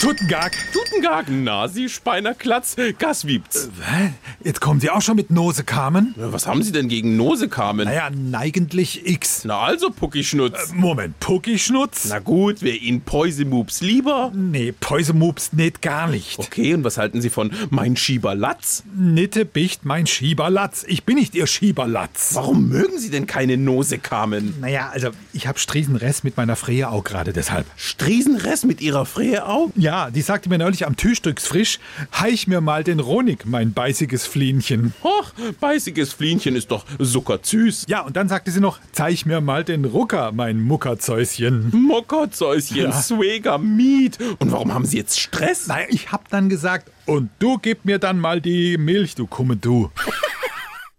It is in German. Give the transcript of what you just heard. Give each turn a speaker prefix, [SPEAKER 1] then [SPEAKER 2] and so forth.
[SPEAKER 1] Tuttengag.
[SPEAKER 2] Tutengag, Nasi, Speiner, Klatz, Gaswiebts.
[SPEAKER 1] Hä? Jetzt kommen Sie auch schon mit Nose Kamen?
[SPEAKER 2] Äh, Was haben Sie denn gegen Nosekamen?
[SPEAKER 1] Naja, neigentlich X.
[SPEAKER 2] Na also, Puckischnutz.
[SPEAKER 1] Moment, Puckischnutz?
[SPEAKER 2] Na gut, wer Ihnen Päusemups lieber?
[SPEAKER 1] Nee, Päusemups nicht gar nicht.
[SPEAKER 2] Okay, und was halten Sie von Mein Schieberlatz?
[SPEAKER 1] Nitte bicht mein Schieberlatz. Ich bin nicht Ihr Schieberlatz.
[SPEAKER 2] Warum mögen Sie denn keine Nosekamen?
[SPEAKER 1] Naja, also ich hab Striesenrest mit meiner Freie auch gerade deshalb.
[SPEAKER 2] Striesenress mit Ihrer Freheau?
[SPEAKER 1] Ja, die sagte mir neulich am Tischstücks frisch, heich mir mal den Ronig, mein beißiges Flienchen.
[SPEAKER 2] Och, beißiges Flienchen ist doch zuckersüß.
[SPEAKER 1] Ja, und dann sagte sie noch, zeig mir mal den Rucker, mein Muckerzäuschen.
[SPEAKER 2] Mockerzäuschen,
[SPEAKER 1] Ja.
[SPEAKER 2] Swega, Miet. Und warum haben Sie jetzt Stress?
[SPEAKER 1] Naja, ich hab dann gesagt, und du gib mir dann mal die Milch, du Kumme, du.